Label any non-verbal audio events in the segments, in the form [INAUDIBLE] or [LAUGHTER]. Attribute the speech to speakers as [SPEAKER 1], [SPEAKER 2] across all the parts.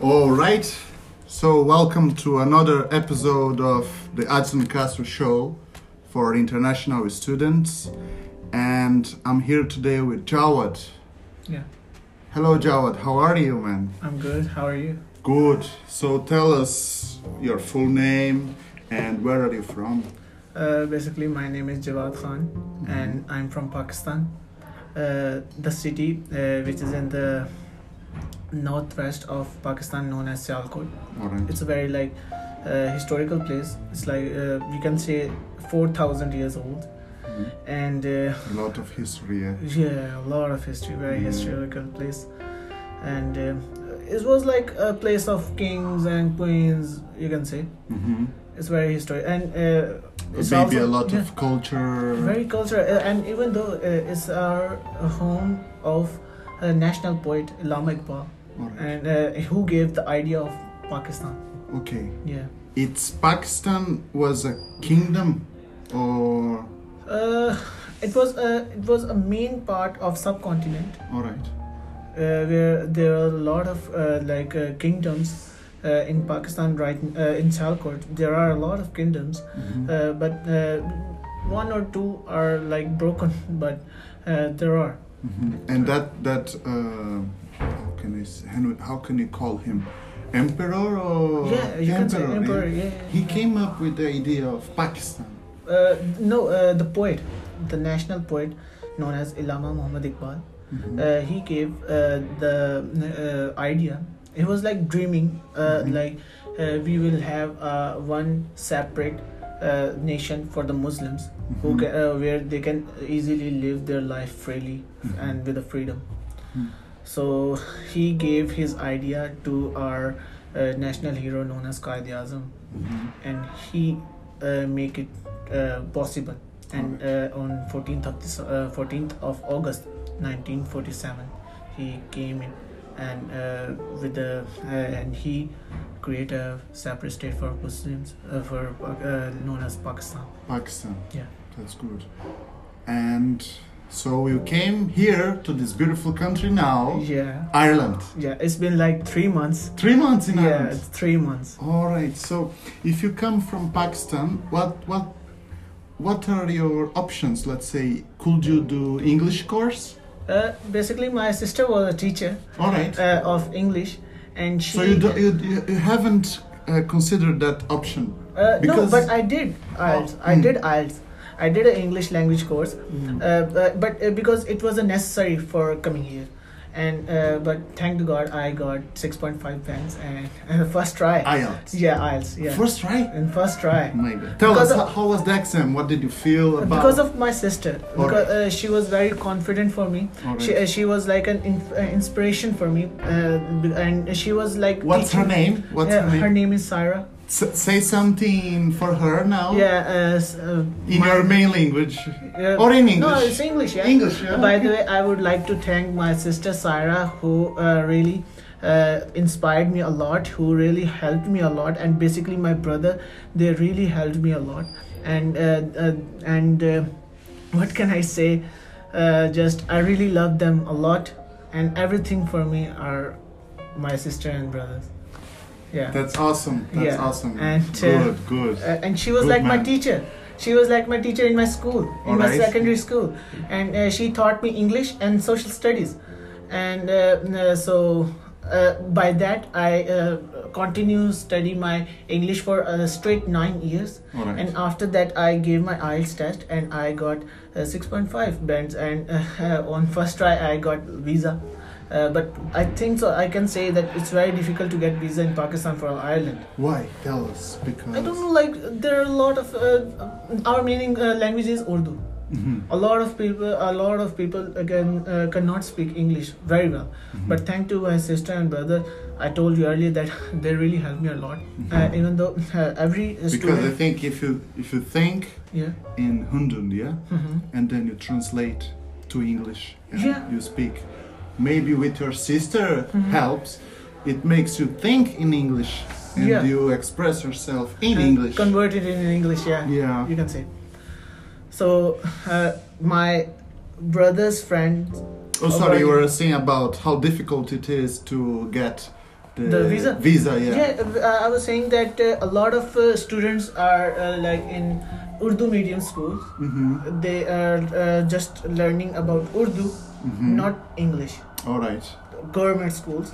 [SPEAKER 1] All right. So, welcome to another episode of the Adson Castro Show for international students. And I'm here today with Jawad.
[SPEAKER 2] Yeah,
[SPEAKER 1] Hello, Jawad. How are you, man?
[SPEAKER 2] I'm good. How are you?
[SPEAKER 1] Good. So, tell us your full name and where are you from?
[SPEAKER 2] Uh, basically, my name is Jawad Khan, and I'm from Pakistan. Uh, the city, uh, which is in the northwest of Pakistan, known as Sialkot,
[SPEAKER 1] All right.
[SPEAKER 2] it's a very like uh, historical place. It's like uh, you can say 4,000 years old,
[SPEAKER 1] Mhm.
[SPEAKER 2] and uh, [LAUGHS]
[SPEAKER 1] A lot of history. Yeah.
[SPEAKER 2] yeah, a lot of history. Very
[SPEAKER 1] Yeah.
[SPEAKER 2] historical place, and uh, it was like a place of kings and queens. You can say.
[SPEAKER 1] hmm
[SPEAKER 2] It's very historic and uh, it's
[SPEAKER 1] Maybe
[SPEAKER 2] also-
[SPEAKER 1] a lot
[SPEAKER 2] yeah,
[SPEAKER 1] of culture.
[SPEAKER 2] very cultural. Uh, and even though uh, it's our home of uh, national poet Allama Iqbal,
[SPEAKER 1] All right.
[SPEAKER 2] and uh, who gave the idea of Pakistan.
[SPEAKER 1] Okay.
[SPEAKER 2] Yeah.
[SPEAKER 1] It's Pakistan was a kingdom or
[SPEAKER 2] Uh, it was uh, it was a main part of subcontinent
[SPEAKER 1] all right.
[SPEAKER 2] uh, where there are a lot of uh, like uh, kingdoms uh, in Pakistan right uh, in Chalkot there are a lot of kingdoms
[SPEAKER 1] Mhm.
[SPEAKER 2] uh, but uh, one or two are like broken [LAUGHS] but uh, there are
[SPEAKER 1] Mhm. And that that uh, how can I s- how how can you call him emperor or
[SPEAKER 2] yeah you can say emperor
[SPEAKER 1] yeah.
[SPEAKER 2] yeah, yeah,
[SPEAKER 1] Oh, He
[SPEAKER 2] yeah.
[SPEAKER 1] came up with the idea of Pakistan.
[SPEAKER 2] uh, no uh, the poet the national poet known as Ilama Muhammad Iqbal
[SPEAKER 1] Mhm.
[SPEAKER 2] uh, he gave uh, the uh, idea he was like dreaming uh,
[SPEAKER 1] Mhm.
[SPEAKER 2] like uh, we will have uh, one separate uh, nation for the Muslims who
[SPEAKER 1] Mhm.
[SPEAKER 2] ca uh, where they can easily live their life freely uh,
[SPEAKER 1] Mm-hmm.
[SPEAKER 2] and with the freedom
[SPEAKER 1] Mhm.
[SPEAKER 2] so he gave his idea to our uh, national hero known as Qaid Azam
[SPEAKER 1] Mhm.
[SPEAKER 2] and he uh, make it uh, possible and uh, on 14th of this, uh, 14th of august 1947 he came in and uh, with the uh, and he create a separate state for muslims uh, for uh, known as pakistan
[SPEAKER 1] Pakistan.
[SPEAKER 2] Yeah.
[SPEAKER 1] That's good. And so you came here to this beautiful country now,
[SPEAKER 2] yeah
[SPEAKER 1] Ireland.
[SPEAKER 2] yeah it's been like three months
[SPEAKER 1] 3 months in
[SPEAKER 2] yeah
[SPEAKER 1] Ireland.
[SPEAKER 2] it's three months
[SPEAKER 1] All right. So, if you come from Pakistan, what what what are your options? Let's say, could you do English course?
[SPEAKER 2] uh, basically my sister was a teacher
[SPEAKER 1] All right.
[SPEAKER 2] uh, of english and she
[SPEAKER 1] So you do, you, you you haven't uh, considered that option.
[SPEAKER 2] Uh, no,
[SPEAKER 1] Because-
[SPEAKER 2] but I did IELTS. I
[SPEAKER 1] Hmm.
[SPEAKER 2] did IELTS. I did an English language course,
[SPEAKER 1] Mm.
[SPEAKER 2] uh, but, but uh, because it was a necessary for coming here, and uh, but thank to God I got six point five pence and [LAUGHS] first try.
[SPEAKER 1] IELTS.
[SPEAKER 2] yeah, IELTS. Yeah,
[SPEAKER 1] Uh, First try.
[SPEAKER 2] and first try.
[SPEAKER 1] My God. Tell
[SPEAKER 2] Because
[SPEAKER 1] us
[SPEAKER 2] of-
[SPEAKER 1] how- how was the exam? What did you feel about?
[SPEAKER 2] Because of my sister, because
[SPEAKER 1] Alright.
[SPEAKER 2] uh, she was very confident for me.
[SPEAKER 1] Alright.
[SPEAKER 2] She, uh, she was like an inf- uh, inspiration for me, uh, b- and she was like.
[SPEAKER 1] What's her
[SPEAKER 2] teaching-
[SPEAKER 1] name? What's
[SPEAKER 2] Yeah,
[SPEAKER 1] her name?
[SPEAKER 2] is Sarah.
[SPEAKER 1] S- say something for her now.
[SPEAKER 2] Yeah, uh, s- uh,
[SPEAKER 1] Oh. In
[SPEAKER 2] my-
[SPEAKER 1] your main language.
[SPEAKER 2] Uh,
[SPEAKER 1] Or in
[SPEAKER 2] No,
[SPEAKER 1] English.
[SPEAKER 2] it's English. Yeah.
[SPEAKER 1] English, yeah,
[SPEAKER 2] By the
[SPEAKER 1] okay.
[SPEAKER 2] way, I would like to thank my sister Sarah, who uh, really uh, inspired me a lot, who really helped me a lot, and basically my brother, they really helped me a lot. And uh, uh, and uh, what can I say? Uh, just I really love them a lot, and everything for me are my sister and brothers. Yeah.
[SPEAKER 1] That's awesome. That's
[SPEAKER 2] Yeah.
[SPEAKER 1] awesome.
[SPEAKER 2] And, uh,
[SPEAKER 1] good, good.
[SPEAKER 2] uh, and she was
[SPEAKER 1] Good
[SPEAKER 2] like my
[SPEAKER 1] man.
[SPEAKER 2] teacher she was like my teacher in my school in my
[SPEAKER 1] Alright.
[SPEAKER 2] secondary school and uh, she taught me english and social studies and uh, uh, so uh, by that i uh, continue study my english for a straight nine years
[SPEAKER 1] All right.
[SPEAKER 2] and after that i E gave my ielts test and i got uh, 6.5 bands and [LAUGHS] uh, on first try i got visa uh, but I think so. I can say that it's very difficult to get visa in Pakistan for Ireland.
[SPEAKER 1] Why? Tell us because.
[SPEAKER 2] I don't know, like there are a lot of uh, our meaning uh, language is Urdu.
[SPEAKER 1] Mhm.
[SPEAKER 2] A lot of people, a lot of people again uh, cannot speak English very well.
[SPEAKER 1] mm-hmm. Hmm.
[SPEAKER 2] But thank to my sister and brother, I told you earlier that [LAUGHS] they really helped me a lot. Uh, even though uh, every
[SPEAKER 1] Hmm. Because I
[SPEAKER 2] student,
[SPEAKER 1] think if you if you think
[SPEAKER 2] yeah,
[SPEAKER 1] in Hundun, yeah,
[SPEAKER 2] Mhm.
[SPEAKER 1] and then you translate to English and
[SPEAKER 2] Yeah. Mm-hmm.
[SPEAKER 1] you speak, maybe with your sister helps. It makes you think in English and
[SPEAKER 2] Yeah.
[SPEAKER 1] you express yourself in
[SPEAKER 2] and
[SPEAKER 1] English.
[SPEAKER 2] uh, converted in English, yeah.
[SPEAKER 1] yeah.
[SPEAKER 2] you can say. So uh, my brother's friend
[SPEAKER 1] Oh, sorry. You
[SPEAKER 2] Alright.
[SPEAKER 1] were saying about how difficult it is to get the,
[SPEAKER 2] The visa?
[SPEAKER 1] Visa, yeah.
[SPEAKER 2] Yeah, uh, I was saying that uh, a lot of uh, students are uh, like in Urdu medium schools.
[SPEAKER 1] Mm-hmm.
[SPEAKER 2] They are uh, just learning about Urdu,
[SPEAKER 1] Mhm.
[SPEAKER 2] not English.
[SPEAKER 1] All right.
[SPEAKER 2] Government schools,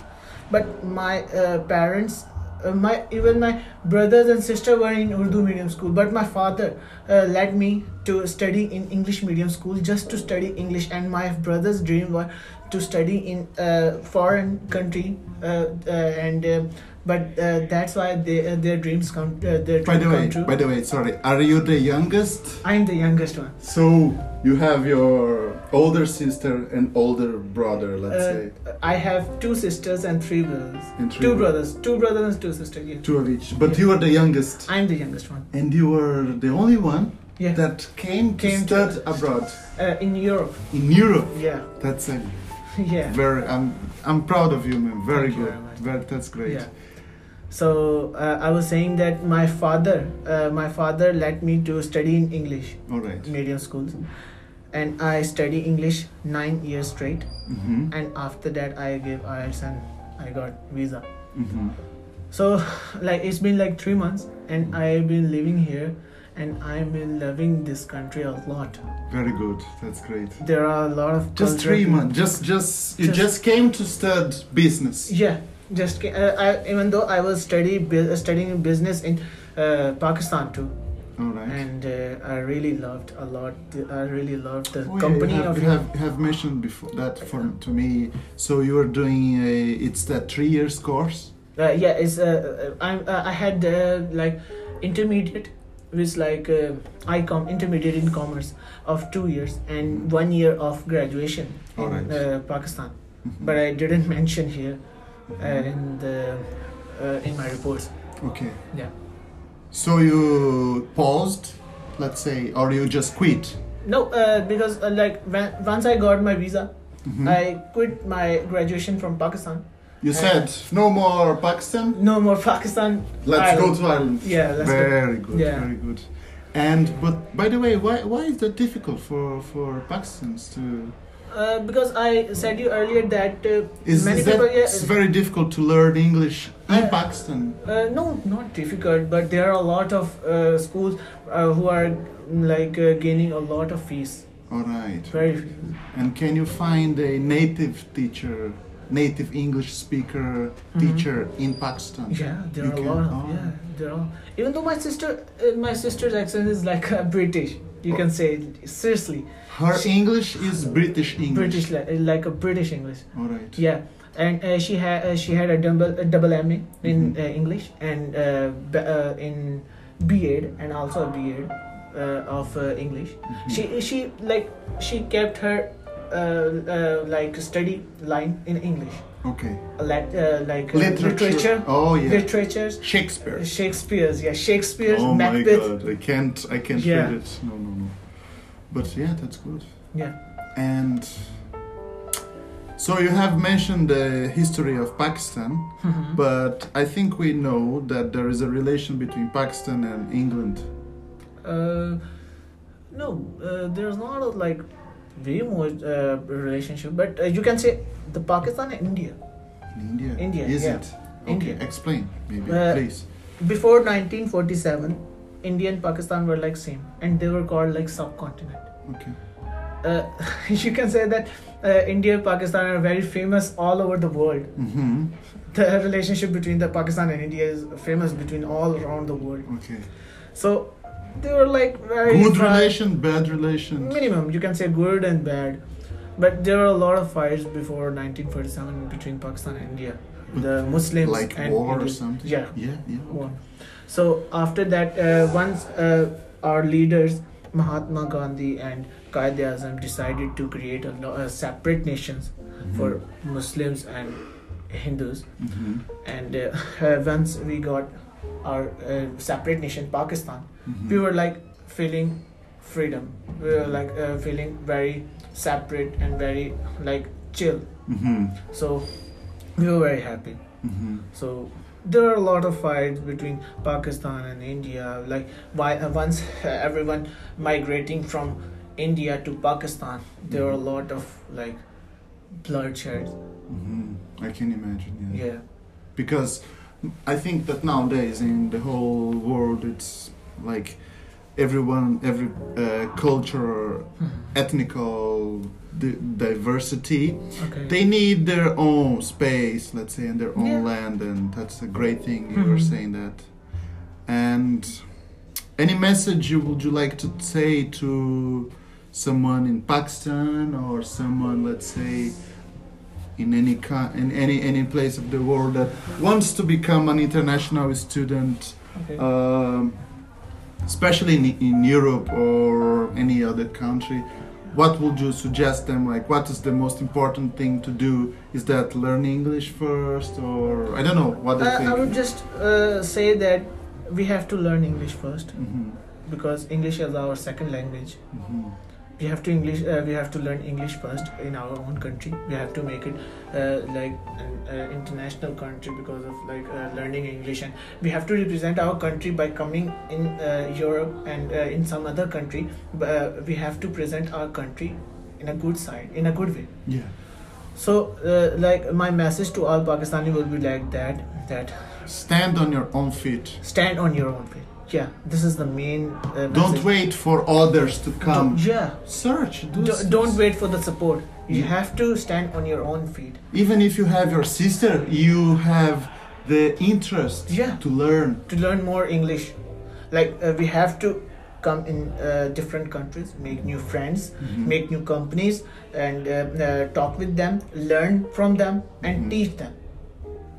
[SPEAKER 2] but my uh, parents. Uh, my even my brothers and sister were in Urdu medium school, but my father uh, led me to study in English medium school just to study English. And my brother's dream was to study in uh, foreign country, uh, uh, and uh, but uh, that's why they, uh, their dreams come uh, their
[SPEAKER 1] By
[SPEAKER 2] dream
[SPEAKER 1] the way,
[SPEAKER 2] come true.
[SPEAKER 1] by the way, sorry. Are you the youngest?
[SPEAKER 2] I'm the youngest one.
[SPEAKER 1] So you have your older sister and older brother, let's
[SPEAKER 2] Uh,
[SPEAKER 1] say,
[SPEAKER 2] I have two sisters and three brothers.
[SPEAKER 1] And three
[SPEAKER 2] two
[SPEAKER 1] brothers.
[SPEAKER 2] brothers, two brothers and two sisters. Yeah.
[SPEAKER 1] two of each. But you are the youngest,
[SPEAKER 2] I'm the youngest one.
[SPEAKER 1] and you were the only one
[SPEAKER 2] Yeah.
[SPEAKER 1] that came to
[SPEAKER 2] Came to-
[SPEAKER 1] stud abroad
[SPEAKER 2] uh, in Europe.
[SPEAKER 1] in Europe.
[SPEAKER 2] Yeah. [LAUGHS]
[SPEAKER 1] That's a
[SPEAKER 2] Yeah.
[SPEAKER 1] very. I'm I'm proud of you, man. Very
[SPEAKER 2] Thank you
[SPEAKER 1] good.
[SPEAKER 2] very much.
[SPEAKER 1] Very, that's great.
[SPEAKER 2] Yeah. So uh, I was saying that my father, uh, my father let me to study in English
[SPEAKER 1] All right.
[SPEAKER 2] medium schools, and I study English nine years straight.
[SPEAKER 1] Mm-hmm.
[SPEAKER 2] And after that, I gave IELTS and I got visa.
[SPEAKER 1] Mm-hmm.
[SPEAKER 2] So [LAUGHS] like it's been like three months, and I've been living here, and I've been loving this country a lot.
[SPEAKER 1] Very good. That's great.
[SPEAKER 2] There are a lot of
[SPEAKER 1] Just
[SPEAKER 2] cultural-
[SPEAKER 1] three months. Just just you just,
[SPEAKER 2] Just-
[SPEAKER 1] came to stud business.
[SPEAKER 2] Yeah, just ca- uh, I, even though I was study bu- uh, studying business in uh, Pakistan too,
[SPEAKER 1] All right.
[SPEAKER 2] and uh, I really loved a lot. the- I really loved the
[SPEAKER 1] Oh, yeah,
[SPEAKER 2] company
[SPEAKER 1] you have,
[SPEAKER 2] of
[SPEAKER 1] you have, have mentioned before that for to me. So you are doing a, it's that three years course.
[SPEAKER 2] Uh, yeah, it's uh, uh, I'm uh, I had uh, like intermediate with like uh, ICOM intermediate in commerce of two years and
[SPEAKER 1] Mm-hmm.
[SPEAKER 2] one year of graduation in
[SPEAKER 1] Alright.
[SPEAKER 2] uh, Pakistan, but I didn't [LAUGHS] mention here uh, in the uh, in my reports.
[SPEAKER 1] Mm-hmm. Okay.
[SPEAKER 2] uh, Yeah.
[SPEAKER 1] So you paused, let's say, or you just quit.
[SPEAKER 2] No, uh, because uh, like when, once I got my visa,
[SPEAKER 1] Hmm.
[SPEAKER 2] I quit my graduation from Pakistan.
[SPEAKER 1] Mm-hmm. You said no more Pakistan.
[SPEAKER 2] No more Pakistan.
[SPEAKER 1] Let's go
[SPEAKER 2] Ireland."
[SPEAKER 1] to Ireland.
[SPEAKER 2] Yeah, let's go.
[SPEAKER 1] very good.
[SPEAKER 2] Yeah.
[SPEAKER 1] Very good. And but by the way, why why is that difficult for for Pakistans to?
[SPEAKER 2] Uh, because I said you earlier that uh,
[SPEAKER 1] Is,
[SPEAKER 2] many
[SPEAKER 1] is that
[SPEAKER 2] people. Yeah,
[SPEAKER 1] it's very difficult to learn English in
[SPEAKER 2] Uh,
[SPEAKER 1] Pakistan?
[SPEAKER 2] uh, no, not difficult, but there are a lot of uh, schools uh, who are mm, like uh, gaining a lot of fees.
[SPEAKER 1] All right.
[SPEAKER 2] Very fees.
[SPEAKER 1] And can you find a native teacher, native English speaker teacher in Pakistan?
[SPEAKER 2] Mm-hmm. Yeah, there
[SPEAKER 1] You
[SPEAKER 2] are
[SPEAKER 1] can-
[SPEAKER 2] a lot. Of,
[SPEAKER 1] oh.
[SPEAKER 2] Yeah, there are. Even though my sister, uh, my sister's accent is like uh, British. You can say it, seriously.
[SPEAKER 1] Her English is British English.
[SPEAKER 2] British, like, like a British English.
[SPEAKER 1] All right.
[SPEAKER 2] Yeah, and uh, she had uh, she had a double a double MA
[SPEAKER 1] Mm-hmm.
[SPEAKER 2] in uh, English and uh, b- uh, in B.Ed and also a B.Ed uh, of uh, English.
[SPEAKER 1] Mm-hmm.
[SPEAKER 2] She she like she kept her uh, uh, like study line in English,
[SPEAKER 1] Okay.
[SPEAKER 2] like uh, like uh,
[SPEAKER 1] Oh yeah.
[SPEAKER 2] literatures,
[SPEAKER 1] Shakespeare.
[SPEAKER 2] Shakespeare's, yeah, Shakespeare's,
[SPEAKER 1] oh
[SPEAKER 2] Macbeth,
[SPEAKER 1] my
[SPEAKER 2] [LAUGHS]
[SPEAKER 1] God! I can't. I can't
[SPEAKER 2] Yeah.
[SPEAKER 1] read it. No, no, no. But yeah, that's good.
[SPEAKER 2] yeah.
[SPEAKER 1] And so you have mentioned the history of Pakistan, but I think we know that there is a relation between Pakistan and England.
[SPEAKER 2] Uh, no, uh, there's not a, like way more uh, relationship, but uh, you can say the Pakistan and India
[SPEAKER 1] India.
[SPEAKER 2] India,
[SPEAKER 1] Is
[SPEAKER 2] yeah.
[SPEAKER 1] it? Okay,
[SPEAKER 2] India.
[SPEAKER 1] explain maybe,
[SPEAKER 2] Uh,
[SPEAKER 1] please.
[SPEAKER 2] before 1947, India and Pakistan were like same, and they were called like subcontinent.
[SPEAKER 1] Okay.
[SPEAKER 2] Uh, [LAUGHS] you can say that uh, India and Pakistan are very famous all over the world.
[SPEAKER 1] Mm-hmm.
[SPEAKER 2] The relationship between the Pakistan and India is famous between all around the world.
[SPEAKER 1] Okay.
[SPEAKER 2] So they were like very
[SPEAKER 1] Mm. Good
[SPEAKER 2] fri-
[SPEAKER 1] relation, bad relation.
[SPEAKER 2] minimum you can say good and bad but there were a lot of fights before 1947 between pakistan and india the muslims
[SPEAKER 1] Like
[SPEAKER 2] and
[SPEAKER 1] war or
[SPEAKER 2] Indians.
[SPEAKER 1] something.
[SPEAKER 2] yeah
[SPEAKER 1] Yeah. Yeah.
[SPEAKER 2] war so after that uh, once uh, our leaders mahatma gandhi and qaeda azam decided to create a, lo- a separate nations for muslims and hindus
[SPEAKER 1] Mm-hmm.
[SPEAKER 2] and uh, [LAUGHS] once we got our uh, separate nation pakistan
[SPEAKER 1] Mm-hmm.
[SPEAKER 2] we were like feeling freedom we were like uh, feeling very separate and very like chill
[SPEAKER 1] Mm-hmm.
[SPEAKER 2] so we were very happy
[SPEAKER 1] Mm-hmm.
[SPEAKER 2] so there are a lot of fights between pakistan and india like why uh, once uh, everyone migrating from india to pakistan there were a lot of like bloodshed
[SPEAKER 1] Mm-hmm. I can imagine. Yeah.
[SPEAKER 2] yeah
[SPEAKER 1] because I think that nowadays in the whole world it's like everyone every uh, culture ethnical di- diversity
[SPEAKER 2] okay
[SPEAKER 1] they need their own space let's say and their own
[SPEAKER 2] Yeah.
[SPEAKER 1] land and that's a great thing you were
[SPEAKER 2] Mhm.
[SPEAKER 1] saying that and any message you would you like to say to someone in pakistan or someone let's say in any co- in any any place of the world that wants to become an international student
[SPEAKER 2] okay
[SPEAKER 1] um, especially in, in Europe or any other country, what would you suggest them? Like, what is the most important thing to do? Is that learn English first, or I don't know what they
[SPEAKER 2] Uh,
[SPEAKER 1] think.
[SPEAKER 2] I would just uh, say that we have to learn English first
[SPEAKER 1] Mhm,
[SPEAKER 2] because English is our second language.
[SPEAKER 1] mhm,
[SPEAKER 2] We have to English. Uh, we have to learn English first in our own country. We have to make it uh, like an uh, international country because of like uh, learning English, and we have to represent our country by coming in uh, Europe and uh, in some other country. But, uh, we have to present our country in a good side, in a good way.
[SPEAKER 1] Yeah.
[SPEAKER 2] So, uh, like my message to all Pakistani will be like that: that
[SPEAKER 1] Stand on your own feet.
[SPEAKER 2] stand on your own feet yeah this is the main uh,
[SPEAKER 1] Don't
[SPEAKER 2] message.
[SPEAKER 1] wait for others to come.
[SPEAKER 2] Don't- yeah
[SPEAKER 1] Search. Do
[SPEAKER 2] Do,
[SPEAKER 1] s-
[SPEAKER 2] don't wait for the support you
[SPEAKER 1] Yeah.
[SPEAKER 2] have to stand on your own feet
[SPEAKER 1] Even if you have your sister, you have the interest
[SPEAKER 2] Yeah.
[SPEAKER 1] to learn.
[SPEAKER 2] to learn more english like uh, we have to come in uh, different countries make new friends
[SPEAKER 1] Mhm.
[SPEAKER 2] make new companies and uh, uh, talk with them learn from them and
[SPEAKER 1] Mhm.
[SPEAKER 2] teach them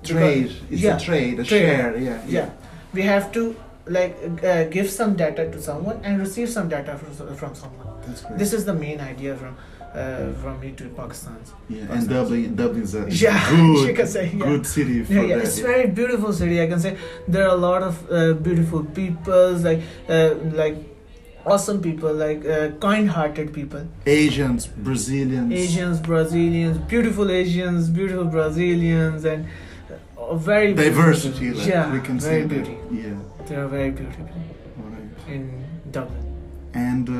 [SPEAKER 1] Trade. It's
[SPEAKER 2] Yeah.
[SPEAKER 1] a trade, a
[SPEAKER 2] Trade.
[SPEAKER 1] share. Yeah.
[SPEAKER 2] yeah we have to like uh, give some data to someone and receive some data from, from someone
[SPEAKER 1] That's great.
[SPEAKER 2] this is the main idea from uh, from me to pakistan
[SPEAKER 1] Yeah, and Dublin, Dublin's a
[SPEAKER 2] Yeah, [LAUGHS]
[SPEAKER 1] good,
[SPEAKER 2] you can say, yeah.
[SPEAKER 1] good city for
[SPEAKER 2] Yeah, yeah,
[SPEAKER 1] that.
[SPEAKER 2] it's
[SPEAKER 1] yeah.
[SPEAKER 2] very beautiful city. I can say there are a lot of uh, beautiful people, like uh, like awesome people, like uh, kind-hearted people.
[SPEAKER 1] Asians, Brazilians.
[SPEAKER 2] Asians, Brazilians, beautiful Asians, beautiful Brazilians, and uh, very
[SPEAKER 1] Diversity,
[SPEAKER 2] beautiful.
[SPEAKER 1] like
[SPEAKER 2] yeah,
[SPEAKER 1] we can say.
[SPEAKER 2] very
[SPEAKER 1] that.
[SPEAKER 2] beautiful.
[SPEAKER 1] Yeah.
[SPEAKER 2] They are very beautiful
[SPEAKER 1] all right.
[SPEAKER 2] in Dublin.
[SPEAKER 1] And um,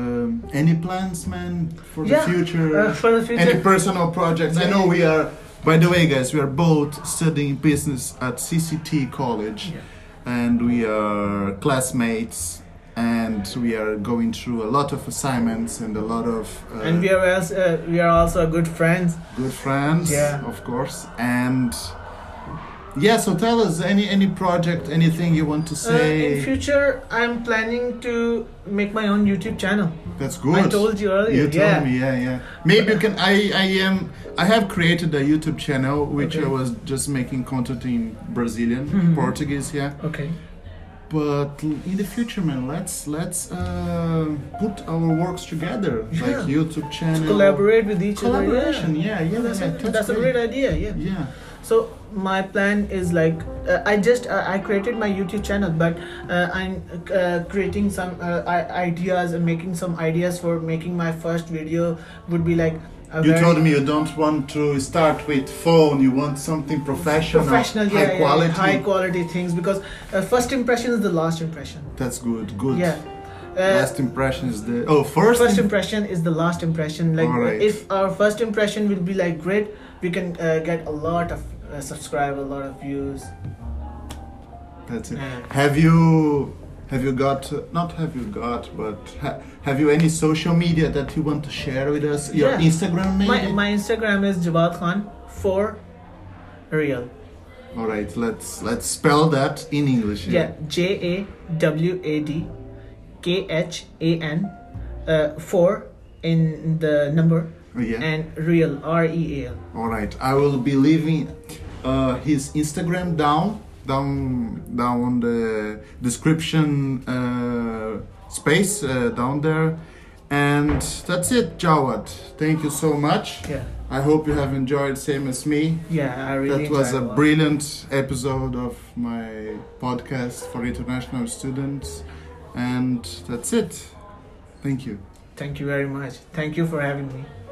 [SPEAKER 1] any plans, man, for
[SPEAKER 2] Yeah,
[SPEAKER 1] the future?
[SPEAKER 2] Uh, for the
[SPEAKER 1] any
[SPEAKER 2] future,
[SPEAKER 1] personal projects? I know we are. By the way, guys, we are both studying business at CCT College,
[SPEAKER 2] Yeah.
[SPEAKER 1] and we are classmates, and we are going through a lot of assignments and a lot of. Uh,
[SPEAKER 2] and we are as, uh, we are also good friends. Uh,
[SPEAKER 1] good friends
[SPEAKER 2] Yeah.
[SPEAKER 1] of course and yeah so tell us any any project anything you want to
[SPEAKER 2] Uh, in
[SPEAKER 1] say
[SPEAKER 2] future, I'm planning to make my own YouTube channel.
[SPEAKER 1] that's good
[SPEAKER 2] I told you earlier.
[SPEAKER 1] you told
[SPEAKER 2] yeah.
[SPEAKER 1] me yeah yeah maybe you can i i am i have created a youtube channel which i
[SPEAKER 2] Okay.
[SPEAKER 1] was just making content in brazilian
[SPEAKER 2] Mhm.
[SPEAKER 1] portuguese yeah
[SPEAKER 2] Okay.
[SPEAKER 1] but l- in the future man let's let's uh, put our works together like
[SPEAKER 2] Yeah.
[SPEAKER 1] youtube channel
[SPEAKER 2] to collaborate with each other.
[SPEAKER 1] collaboration yeah yeah,
[SPEAKER 2] Yeah, that's,
[SPEAKER 1] yeah,
[SPEAKER 2] a, that's a
[SPEAKER 1] great.
[SPEAKER 2] great idea. Yeah.
[SPEAKER 1] yeah
[SPEAKER 2] So my plan is like uh, I just uh, I created my YouTube channel, but uh, I'm uh, creating some uh, i- ideas and making some ideas for making my first video would be like a
[SPEAKER 1] You
[SPEAKER 2] very
[SPEAKER 1] told me you don't want to start with phone. You want something professional,
[SPEAKER 2] professional, yeah,
[SPEAKER 1] high
[SPEAKER 2] yeah, yeah,
[SPEAKER 1] quality.
[SPEAKER 2] high quality things because uh, first impression is the last impression.
[SPEAKER 1] That's good. Good.
[SPEAKER 2] Yeah. Uh,
[SPEAKER 1] Last impression is the oh first.
[SPEAKER 2] first
[SPEAKER 1] imp-
[SPEAKER 2] impression is the last impression like
[SPEAKER 1] Alright.
[SPEAKER 2] if our first impression will be like great we can uh, get a lot of uh, subscribe a lot of views
[SPEAKER 1] That's it.
[SPEAKER 2] Yeah.
[SPEAKER 1] Have you have you got not have you got but ha- have you any social media that you want to share with us? Your
[SPEAKER 2] Yeah.
[SPEAKER 1] Instagram maybe.
[SPEAKER 2] my, my instagram is jawad khan for real
[SPEAKER 1] All right. Let's let's spell that in English.
[SPEAKER 2] yeah j-a-w-a-d-k-h-a-n uh, for in the number
[SPEAKER 1] Oh, yeah.
[SPEAKER 2] and real E r-e-a-l
[SPEAKER 1] All right, I will be leaving uh, his Instagram down, down, down on the description uh, space uh, down there, and that's it, Jawad. Thank you so much.
[SPEAKER 2] yeah
[SPEAKER 1] I hope you have enjoyed same as me.
[SPEAKER 2] yeah i really
[SPEAKER 1] that was a
[SPEAKER 2] enjoyed lot.
[SPEAKER 1] brilliant episode of my podcast for international students, and that's it. Thank you.
[SPEAKER 2] thank you very much thank you for having me